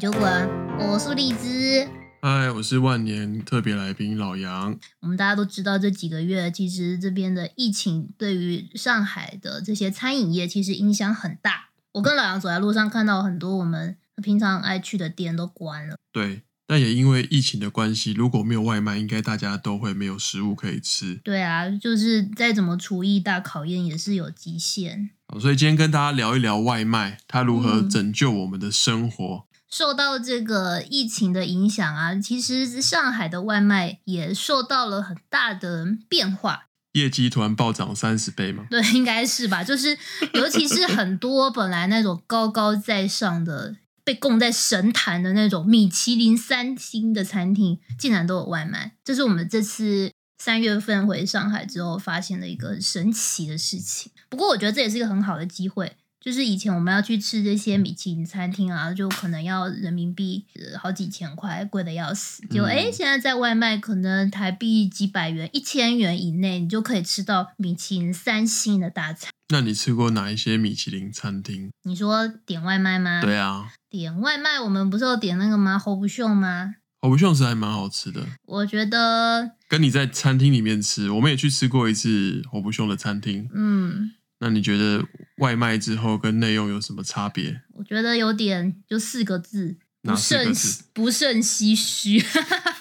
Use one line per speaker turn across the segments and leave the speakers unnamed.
酒馆，我是荔枝。
嗨，我是万年特别来宾老杨。
我们大家都知道，这几个月其实这边的疫情对于上海的这些餐饮业其实影响很大。我跟老杨走在路上，看到很多我们平常爱去的店都关了。
对，但也因为疫情的关系，如果没有外卖，应该大家都会没有食物可以吃。
对啊，就是再怎么厨艺大考验也是有极限。
好所以今天跟大家聊一聊外卖，它如何
嗯
拯救我们的生活。
受到这个疫情的影响啊，其实上海的外卖也受到了很大的变化。
业绩突然暴涨三十倍嘛？
对，应该是吧。就是尤其是很多本来那种高高在上的、被供在神坛的那种米其林三星的餐厅，竟然都有外卖。这是我们这次三月份回上海之后发现的一个很神奇的事情。不过我觉得这也是一个很好的机会。就是以前我们要去吃这些米其林餐厅啊，就可能要人民币、呃好几千块，贵的要死。就
嗯
哎、诶现在在外卖可能台币几百元、一千元以内，你就可以吃到米其林三星的大餐。
那你吃过哪一些米其林餐厅？
你说点外卖吗？
对，啊，
点外卖我们不是有点那个吗？侯不秀吗？
好不秀是还蛮好吃的。
我觉得，
跟你在餐厅里面吃，我们也去吃过一次火不凶的餐厅。
嗯，
那你觉得外卖之后跟内用有什么差别？
我觉得有点就四个字，不
哪四
胜
个字
不胜唏嘘。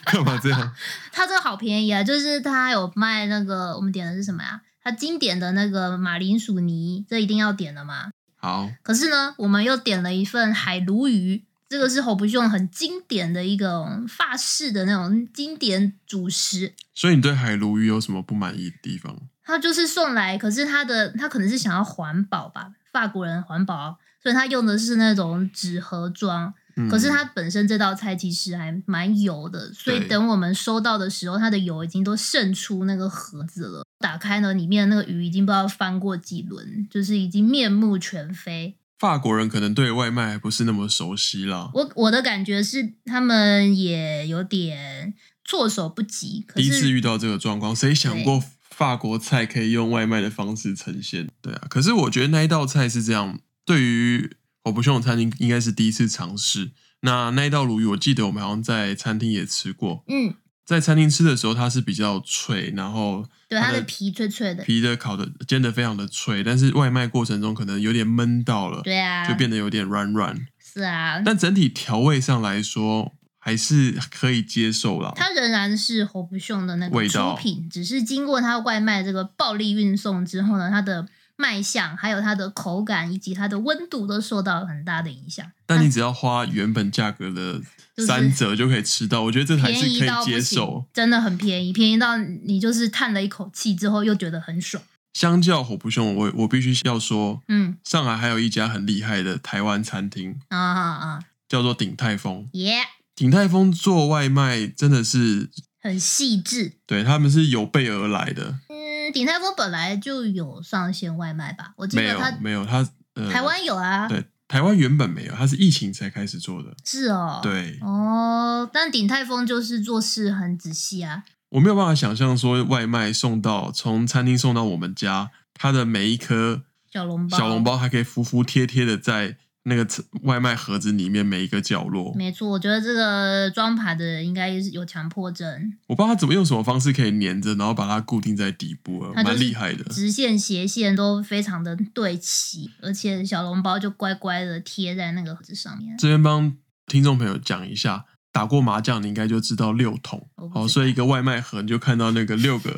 干嘛这样？
它这个好便宜啊！就是它有卖那个我们点的是什么呀？它经典的那个马铃薯泥，这一定要点的嘛。
好，
可是呢，我们又点了一份海鲈鱼，这个是侯不用很经典的一个法式的那种经典主食。
所以你对海鲈鱼有什么不满意的地方？
它就是送来，可是它的它可能是想要环保吧，法国人环保，啊所以他用的是那种纸盒装。
嗯
可是它本身这道菜其实还蛮油的，所以
对
等我们收到的时候，它的油已经都渗出那个盒子了。打开呢，里面那个鱼已经不知道翻过几轮，就是已经面目全非。
法国人可能对外卖还不是那么熟悉啦，
我我的感觉是，他们也有点措手不及。可
第一次
是
遇到这个状况，谁想过法国菜可以用外卖的方式呈现？对啊，可是我觉得那一道菜是这样，对于我不凶的餐厅应该是第一次尝试。那那一道鲈鱼，我记得我们好像在餐厅也吃过，
嗯，
在餐厅吃的时候它是比较脆，然后
对，它
它
的
的
皮脆脆的，
皮的烤的煎的非常的脆，但是外卖过程中可能有点闷到了，
对啊
就，变得有点软软。
是啊，
但整体调味上来说，还是可以接受啦。
它仍然是侯不逊的那个
味
出
道
品，只是经过它外卖这个暴力运送之后呢，它的卖相、还有它的口感以及它的温度都受到很大的影响，
但你只要花原本价格的三折就可以吃到，我觉得这还是
便宜
可
到
以
不
接
行
受。，
真的很便宜，便宜到你就是叹了一口气之后又觉得很爽。
相较火不凶，我我必须要说，
嗯
上海还有一家很厉害的台湾餐厅，
啊啊啊，
叫做鼎泰丰。
耶、
鼎泰丰做外卖真的是，
很细致。
对他们是有备而来的，
嗯，鼎泰丰本来就有上线外卖吧？我记
没
得
有
它
没有他呃
台湾有啊，
对台湾原本没有，它是疫情才开始做的。
是哦，
对，
哦，但鼎泰丰就是做事很仔细啊。
我没有办法想象说外卖送到从餐厅送到我们家，它的每一颗
小笼包，
小笼包还可以服服帖帖的在那个外卖盒子里面每一个角落。
没错，我觉得这个装盘的人应该是有强迫症，
我不知道它怎么用什么方式可以粘着，然后把它固定在底部了，
它就是
蛮厉害的。
直线、斜线都非常的对齐，而且小笼包就乖乖的贴在那个盒子上面。
这边帮听众朋友讲一下，打过麻将你应该就知道六筒
我不。知道
好，哦所以一个外卖盒你就看到那个六个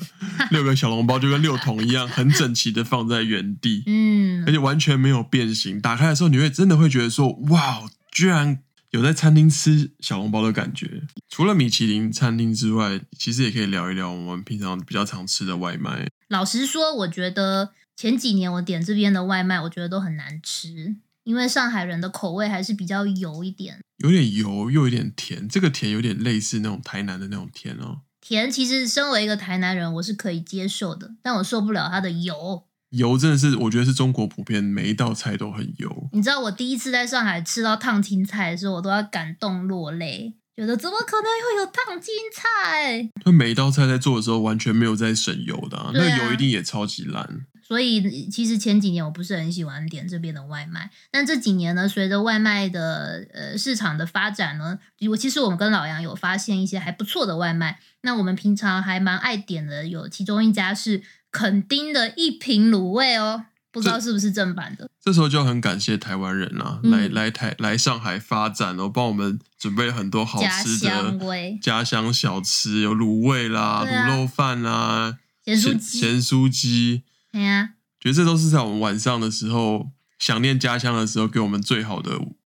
六个小笼包就跟六筒一样，很整齐的放在原地。
嗯
而，且完全没有变形。打开的时候，你会真的会觉得说，哇，哦居然有在餐厅吃小笼包的感觉。除了米其林餐厅之外，其实也可以聊一聊我们平常比较常吃的外卖。
老实说，我觉得前几年我点这边的外卖，我觉得都很难吃，因为上海人的口味还是比较油一点。
有点油，又有点甜，这个甜有点类似那种台南的那种甜哦。
甜其实身为一个台南人，我是可以接受的，但我受不了它的油。
油真的是，我觉得是中国普遍每一道菜都很油。
你知道我第一次在上海吃到烫青菜的时候，我都要感动落泪，觉得怎么可能会有烫青菜？
就每一道菜在做的时候，完全没有在省油的、啊，
对啊
那油一定也超级烂。
所以其实前几年我不是很喜欢点这边的外卖，但这几年呢，随着外卖的呃市场的发展呢，我其实我们跟老杨有发现一些还不错的外卖。那我们平常还蛮爱点的，有其中一家是垦丁的一品卤味哦，不知道是不是正版的？
这时候就很感谢台湾人啊，
嗯
来来台来上海发展哦，帮我们准备了很多好
家
吃
乡
的
味、
家乡小吃，有卤味啦、
对
卤、
啊
肉饭啦、
咸酥鸡，
咸酥鸡，
哎呀，
觉得这都是在我们晚上的时候想念家乡的时候给我们最好的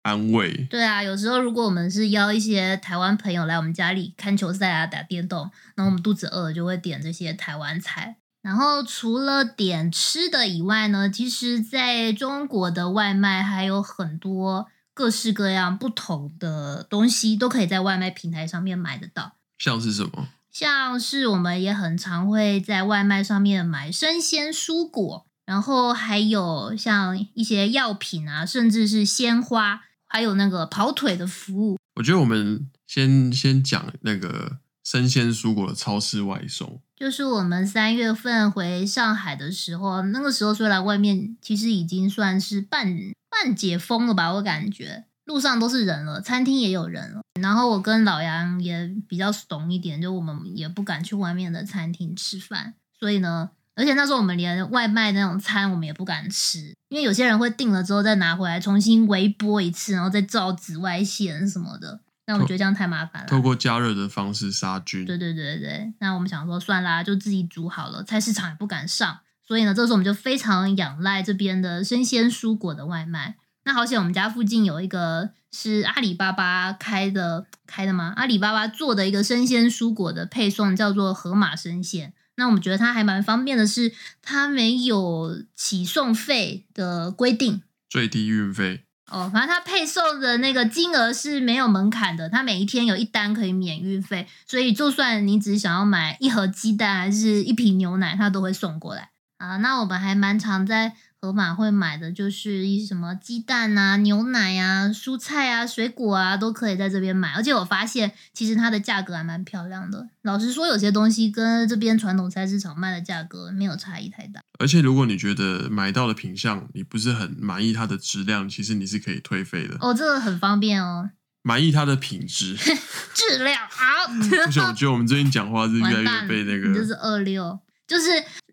安慰。
对啊，有时候如果我们是邀一些台湾朋友来我们家里看球赛啊、打电动，然后我们肚子饿了就会点这些台湾菜。然后除了点吃的以外呢，其实在中国的外卖还有很多各式各样不同的东西都可以在外卖平台上面买得到。
像是什么？
像是我们也很常会在外卖上面买生鲜蔬果，然后还有像一些药品啊，甚至是鲜花，还有那个跑腿的服务。
我觉得我们先先讲那个生鲜蔬果的超市外送。
就是我们三月份回上海的时候，那个时候虽然外面其实已经算是半半解封了吧，我感觉路上都是人了，餐厅也有人了。然后我跟老杨也比较怂一点，就我们也不敢去外面的餐厅吃饭，所以呢，而且那时候我们连外卖那种餐我们也不敢吃，因为有些人会订了之后再拿回来重新微波一次，然后再照紫外线什么的。那我觉得这样太麻烦了。
透过加热的方式杀菌。
对对对对对，那我们想说算啦，就自己煮好了，菜市场也不敢上，所以呢，这时候我们就非常仰赖这边的生鲜蔬果的外卖。那好险，我们家附近有一个是阿里巴巴开的，开的吗？阿里巴巴做的一个生鲜蔬果的配送，叫做盒马生鲜。那我们觉得它还蛮方便的是，它没有起送费的规定，
最低运费，
哦，反正它配送的那个金额是没有门槛的，它每一天有一单可以免运费，所以就算你只想要买一盒鸡蛋还是一瓶牛奶，它都会送过来啊。那我们还蛮常在盒马会买的，就是一什么鸡蛋啊、牛奶啊、蔬菜啊、水果啊，都可以在这边买。而且我发现，其实它的价格还蛮漂亮的。老实说，有些东西跟这边传统菜市场卖的价格没有差异太大。
而且如果你觉得买到的品相你不是很满意它的质量，其实你是可以退费的。
哦，这个很方便哦，
满意它的品质，
质量好。
而且我觉得我们最近讲话是越来
完蛋
越
了，
被那
你就是
个
二六，就是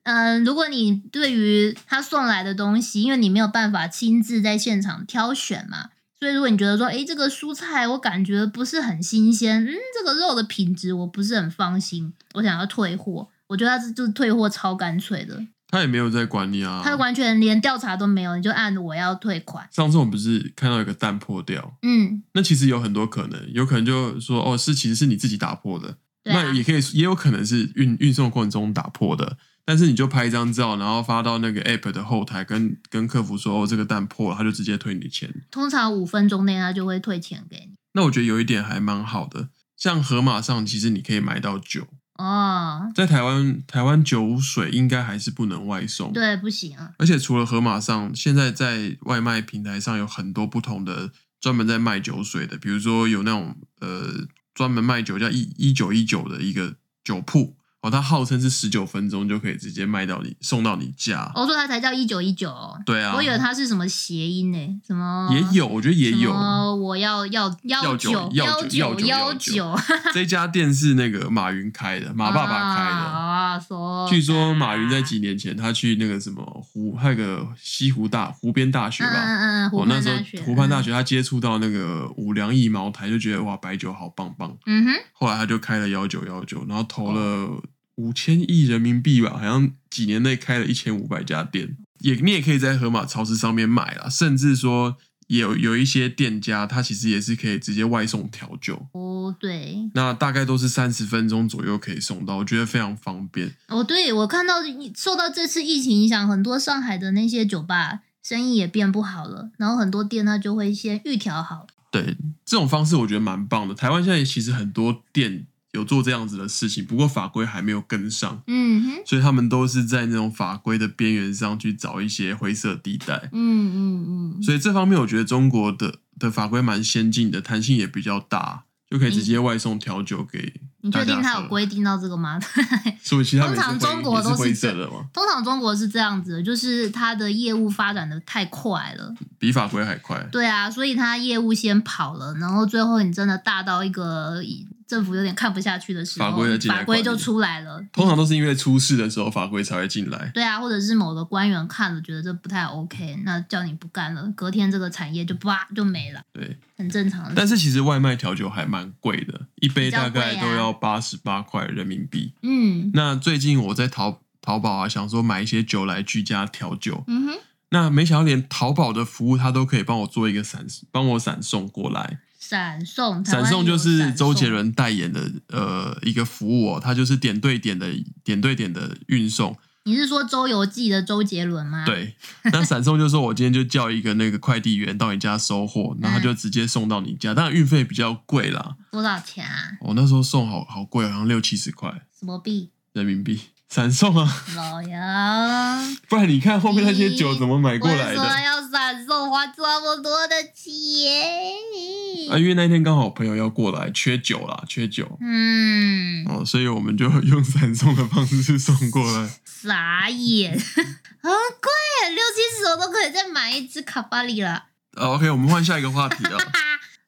嗯、呃如果你对于他送来的东西，因为你没有办法亲自在现场挑选嘛，所以如果你觉得说，诶，这个蔬菜我感觉不是很新鲜，嗯，这个肉的品质我不是很放心，我想要退货。我觉得他这就是退货超干脆的，
他也没有在管你啊。
他完全连调查都没有，你就按我要退款，
上次我们不是看到一个蛋破掉，
嗯，
那其实有很多可能，有可能就说哦是其实是你自己打破的，
对啊
那，也可以也有可能是运运送过程中打破的。但是你就拍一张照，然后发到那个 app 的后台，跟跟客服说哦这个蛋破了，他就直接退你钱。
通常五分钟内他就会退钱给你
那我觉得有一点还蛮好的，像盒马上其实你可以买到酒，
哦，
在台湾台湾酒水应该还是不能外送。，
对，不行啊，
而且除了盒马上，现在在外卖平台上有很多不同的专门在卖酒水的，比如说有那种呃专门卖酒叫一一九一九的一个酒铺。哦，它号称是十九分钟就可以直接卖到你送到你家，
我说他才叫一九一九，
对啊，
哦我以为它是什么谐音呢、什么
也有，我觉得也
什
有。
么我要要
要
酒
酒
要
要酒
酒
要酒
酒，
这家店是那个马云开的，马爸爸开 的，
啊，说
据说马云在几年前，他去那个什么湖，还有个西湖大湖边大学
嗯
吧。
嗯嗯，
我、
湖
那
畔
时
大学，嗯
候湖畔大学，他接触到那个五粮液茅台，就觉得哇，白酒好棒棒。
嗯，嗯哼，
后来他就开了幺九幺九，然后投
哦
了五千亿人民币吧，好像几年内开了一千五百家店。也你也可以在盒马超市上面买啦，甚至说有有一些店家，他其实也是可以直接外送调酒，
哦对，
那大概都是三十分钟左右可以送到，我觉得非常方便。
哦对，我看到受到这次疫情影响，很多上海的那些酒吧生意也变不好了，然后很多店它就会先预调好，
对，这种方式我觉得蛮棒的。台湾现在其实很多店有做这样子的事情，不过法规还没有跟上，
嗯哼，
所以他们都是在那种法规的边缘上去找一些灰色地带。
嗯嗯嗯，
所以这方面，我觉得中国的的法规蛮先进的，弹性也比较大。就可以直接外送调酒给
你
大
确
家
定它
喝
有？规定到这个吗？
是不是其他每次
通常中
回
国
也是
都是
灰
这
色的吗？
通常中国是这样子的，就是它的业务发展的太快了，
比法规还快。
对啊，所以它业务先跑了，然后最后你真的大到一个政府有点看不下去的时候，
法规的进来
法规
管
就
理
出来了。
通常都是因为出事的时候法规才会进来。
对啊，或者是某个官员看了觉得这不太 OK，那叫你不干了，隔天这个产业就叭就没了，
对，
很正常的。
但是其实外卖调酒还蛮贵的，一杯大概
比较贵啊
都要八十八块人民币。
嗯
那最近我在淘淘宝啊，想说买一些酒来居家调酒，
嗯哼，
那没想到连淘宝的服务它都可以帮我做一个闪，帮我闪送过来。
闪送，台湾
闪送就
有
是
闪
周杰
送，
伦代言的呃一个服务哦，它就是点对点的点对点的运送。
你是说《周游记》的周杰伦吗？，
对，那闪送就说我今天就叫一个那个快递员到你家收货，然后
嗯
他就直接送到你家，当然运费比较贵啦。
多少钱啊？
我、那时候送好好贵，好像六七十块
什么币？
人民币。闪送啊，
老杨，
不然你看后面那些酒怎么买过来
为
的？
什么要闪送花这么多的钱？
啊，因为那天刚好我朋友要过来，缺酒啦，缺酒。
嗯，
哦，所以我们就用闪送的方式送过来。
傻眼， 很贵，六七十我都可以再买一支卡巴里了。
啊 OK，我们换下一个话题啊。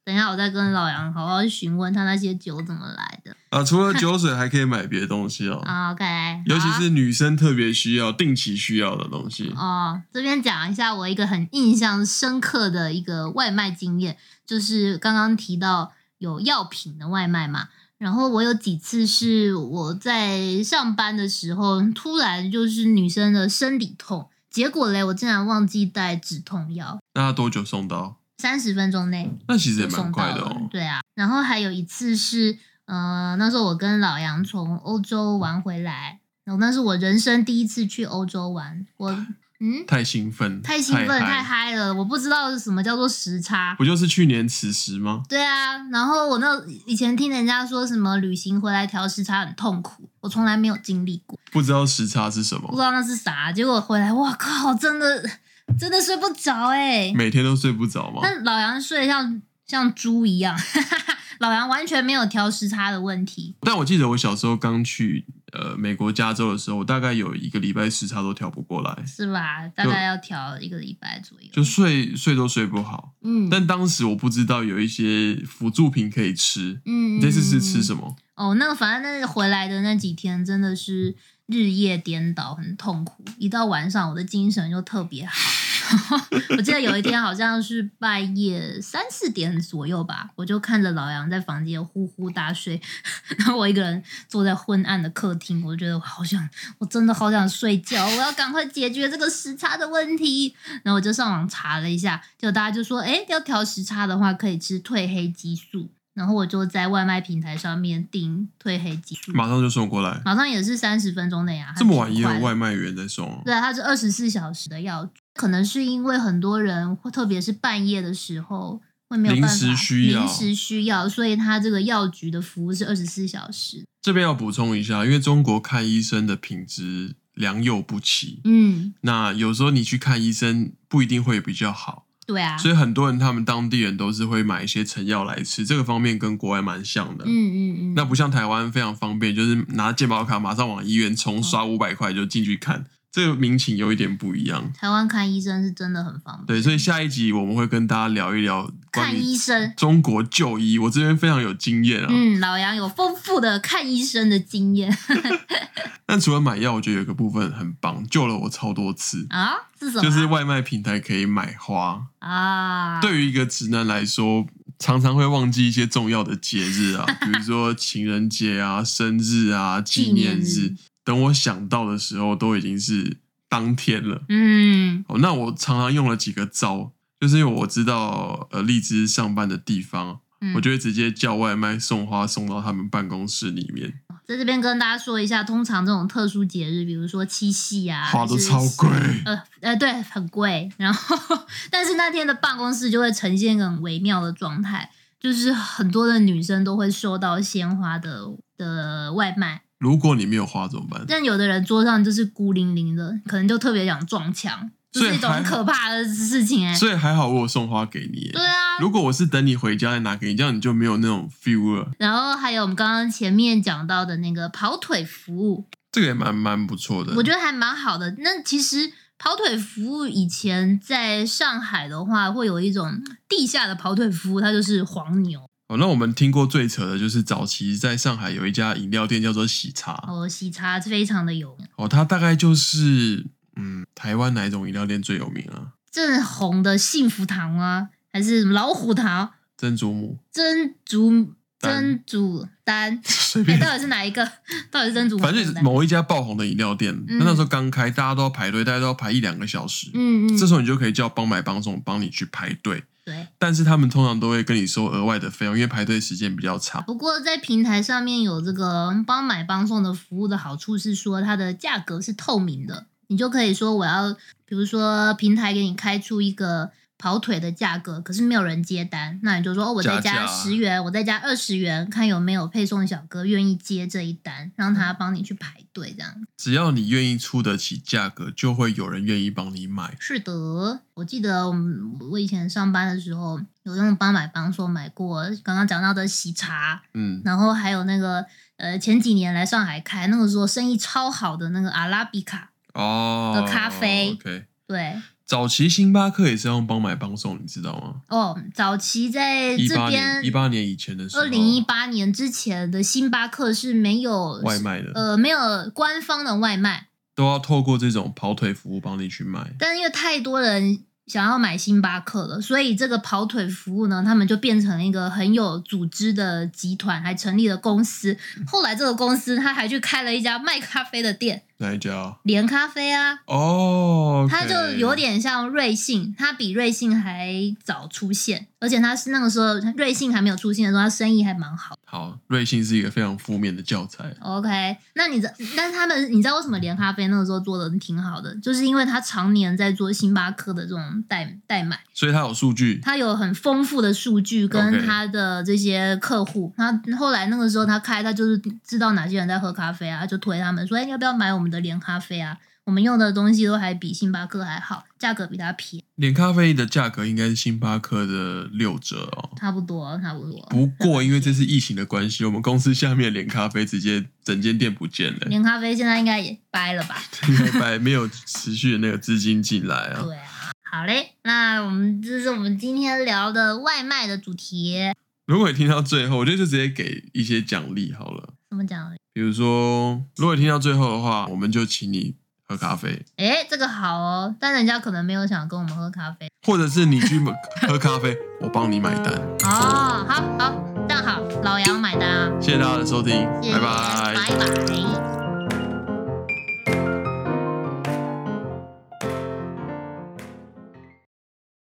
等一下，我再跟老杨好好询问他那些酒怎么来的。啊
啊，除了酒水，还可以买别的东西哦，
OK，
尤其
好
是女生特别需要、定期需要的东西。
哦，这边讲一下我一个很印象深刻的一个外卖经验，就是刚刚提到有药品的外卖嘛。然后我有几次是我在上班的时候，突然就是女生的生理痛，结果嘞，我竟然忘记带止痛药，
那他多久送到？
三十分钟内
那其实也
就
蛮
送到
快
了，
的哦。
对啊，然后还有一次是，呃，那时候我跟老杨从欧洲玩回来，然后那是我人生第一次去欧洲玩，我嗯
太兴奋，
太兴奋太
嗨，
嗨了，我不知道什么叫做时差。
不就是去年此时吗？
对啊，然后我那以前听人家说什么旅行回来调时差很痛苦，我从来没有经历过，
不知道时差是什
不
么
知，道那是啥。结果回来，哇靠，真的真的睡不着哎、
每天都睡不着吗？
但老杨睡得像像猪一样， 老杨完全没有调时差的问题。
但我记得我小时候刚去呃美国加州的时候，我大概有一个礼拜时差都调不过来，
是吧？大概要调一个礼拜左右。
就睡睡都睡不好。
嗯，
但当时我不知道有一些辅助品可以吃。
嗯，
你这次是吃
么？
什么？
哦，那反正那回来的那几天真的是日夜颠倒，很痛苦。一到晚上，我的精神就特别好。 我记得有一天好像是半夜三四点左右吧，我就看着老杨在房间呼呼大睡， 然后我一个人坐在昏暗的客厅，我就觉得我好想，我真的好想睡觉，我要赶快解决这个时差的问题。然后我就上网查了一下，就大家就说，哎，要调时差的话，可以吃褪黑激素。然后我就在外卖平台上面订褪黑激素，
马上就送过来。
马上也是三十分钟内啊，还
这么晚
挺
也
啊快
有
的
外卖员在送哦、
对，啊它是二十四小时的药局，可能是因为很多人，或特别是半夜的时候会没有
临
办法
时需要
临时需要，所以它这个药局的服务是二十四小时。
这边要补充一下，因为中国看医生的品质良莠不齐，
嗯，
那有时候你去看医生不一定会比较好，
对啊，
所以很多人他们当地人都是会买一些成药来吃，这个方面跟国外蛮像的。
嗯嗯嗯，
那不像台湾非常方便，就是拿健保卡马上往医院
哦
冲，刷五百块就进去看，这个民情有一点不一样。
台湾看医生是真的很方便，
对，所以下一集我们会跟大家聊一聊关
看
于
医生。
中国就医，我这边非常有经验啊。
嗯，老杨有丰富的看医生的经验
但除了买药，我觉得有一个部分很棒，救了我超多次，
啊，是什么啊？
就是外卖平台可以买花。
啊，
对于一个直男来说，常常会忘记一些重要的节日 啊，比如说情人节啊、生日啊、纪念
纪念
日
日。
等我想到的时候，都已经是当天了。
嗯
哦，那我常常用了几个招，就是因为我知道呃荔枝上班的地方，啊
嗯，
我就会直接叫外卖送花送到他们办公室里面。
在这边跟大家说一下，通常这种特殊节日，比如说七夕啊，
花都
还是
超贵
呃呃，对，很贵。然后，但是那天的办公室就会呈现一个很微妙的状态，就是很多的女生都会收到鲜花的的外卖，啊
如果你没有花怎么办？
但有的人桌上就是孤零零的，可能就特别想撞墙，这是一种很可怕的事情哎、
所以还好我有送花给你耶。
对啊，
如果我是等你回家再拿给你，这样你就没有那种 feel 了。
然后还有我们刚刚前面讲到的那个跑腿服务，
这个也蛮蛮不错的。
我觉得还蛮好的。那其实跑腿服务以前在上海的话，会有一种地下的跑腿服务，它就是黄牛
哦，那我们听过最扯的就是早期在上海有一家饮料店叫做喜茶
哦，喜茶非常的有名，
哦，它大概就是嗯，台湾哪一种饮料店最有名啊？
正红的幸福堂啊，还是什么老虎堂、啊
珍珠母，
珍珠
丹
珍珠丹，
随
哎、
便，
到底是哪一个？到底是珍珠？
反正就是某一家爆红的饮料店，
嗯
那那时候刚开，大家都要排队，大家都要排一两个小时。
嗯嗯，
这时候你就可以叫帮买帮送帮你去排队，
对。
但是他们通常都会跟你收额外的费用，因为排队时间比较长。
不过在平台上面有这个帮买帮送的服务的好处是说，它的价格是透明的，你就可以说我要，比如说平台给你开出一个跑腿的价格，可是没有人接单，那你就说哦，我再
加
加
价
十元，我再加二十元，看有没有配送小哥愿意接这一单，让他帮你去排队这样。
只要你愿意出得起价格，就会有人愿意帮你买。
是的，我记得我们我以前上班的时候有用帮买帮送买过刚刚讲到的喜茶，
嗯，
然后还有那个呃，前几年来上海开，那个时候生意超好的那个阿拉比卡，
哦
喝，咖啡
OK，
对
早期星巴克也是用帮买帮送，你知道吗？
哦，早期在
一
这
八年一
边，
八年以前的时候，
二零一八年之前的星巴克是没有
外卖的、
呃没有官方的外卖，
都要透过这种跑腿服务帮你去买。
但因为太多人想要买星巴克了，所以这个跑腿服务呢，他们就变成一个很有组织的集团，还成立了公司。后来这个公司他还去开了一家卖咖啡的店，
哪一家？
连咖啡啊，
哦，
它就有点像瑞幸，它比瑞幸还早出现，而且它是那个时候瑞幸还没有出现的时候，它生意还蛮好。
好。瑞幸是一个非常负面的教材。
OK，那你知，但是他们你知道为什么连咖啡那个时候做的挺好的，就是因为它常年在做星巴克的这种代代买，
所以它有数据，
它有很丰富的数据
OK
跟它的这些客户。它后来那个时候它开，它就是知道哪些人在喝咖啡啊，它就推他们说，哎，要不要买我们的连咖啡啊？我们用的东西都还比星巴克还好，价格比它便宜，
连咖啡的价格应该是星巴克的六折哦。
差不多，差不多。
不过因为这是疫情的关系，我们公司下面连咖啡直接整间店不见了，
连咖啡现在应该也掰了吧？
因为没有持续的那个资金进来啊。
对啊。好嘞，那我们这是我们今天聊的外卖的主题，
如果你听到最后，我觉得就直接给一些奖励好了。
怎么讲呢？
比如说，如果你听到最后的话，我们就请你喝咖啡，
诶，这个好哦，但人家可能没有想跟我们喝咖啡
或者是你去 喝咖啡，我帮你买单。
哦。好好，但好，老杨买单啊，
谢谢大家的收听，
谢谢，
拜
拜拜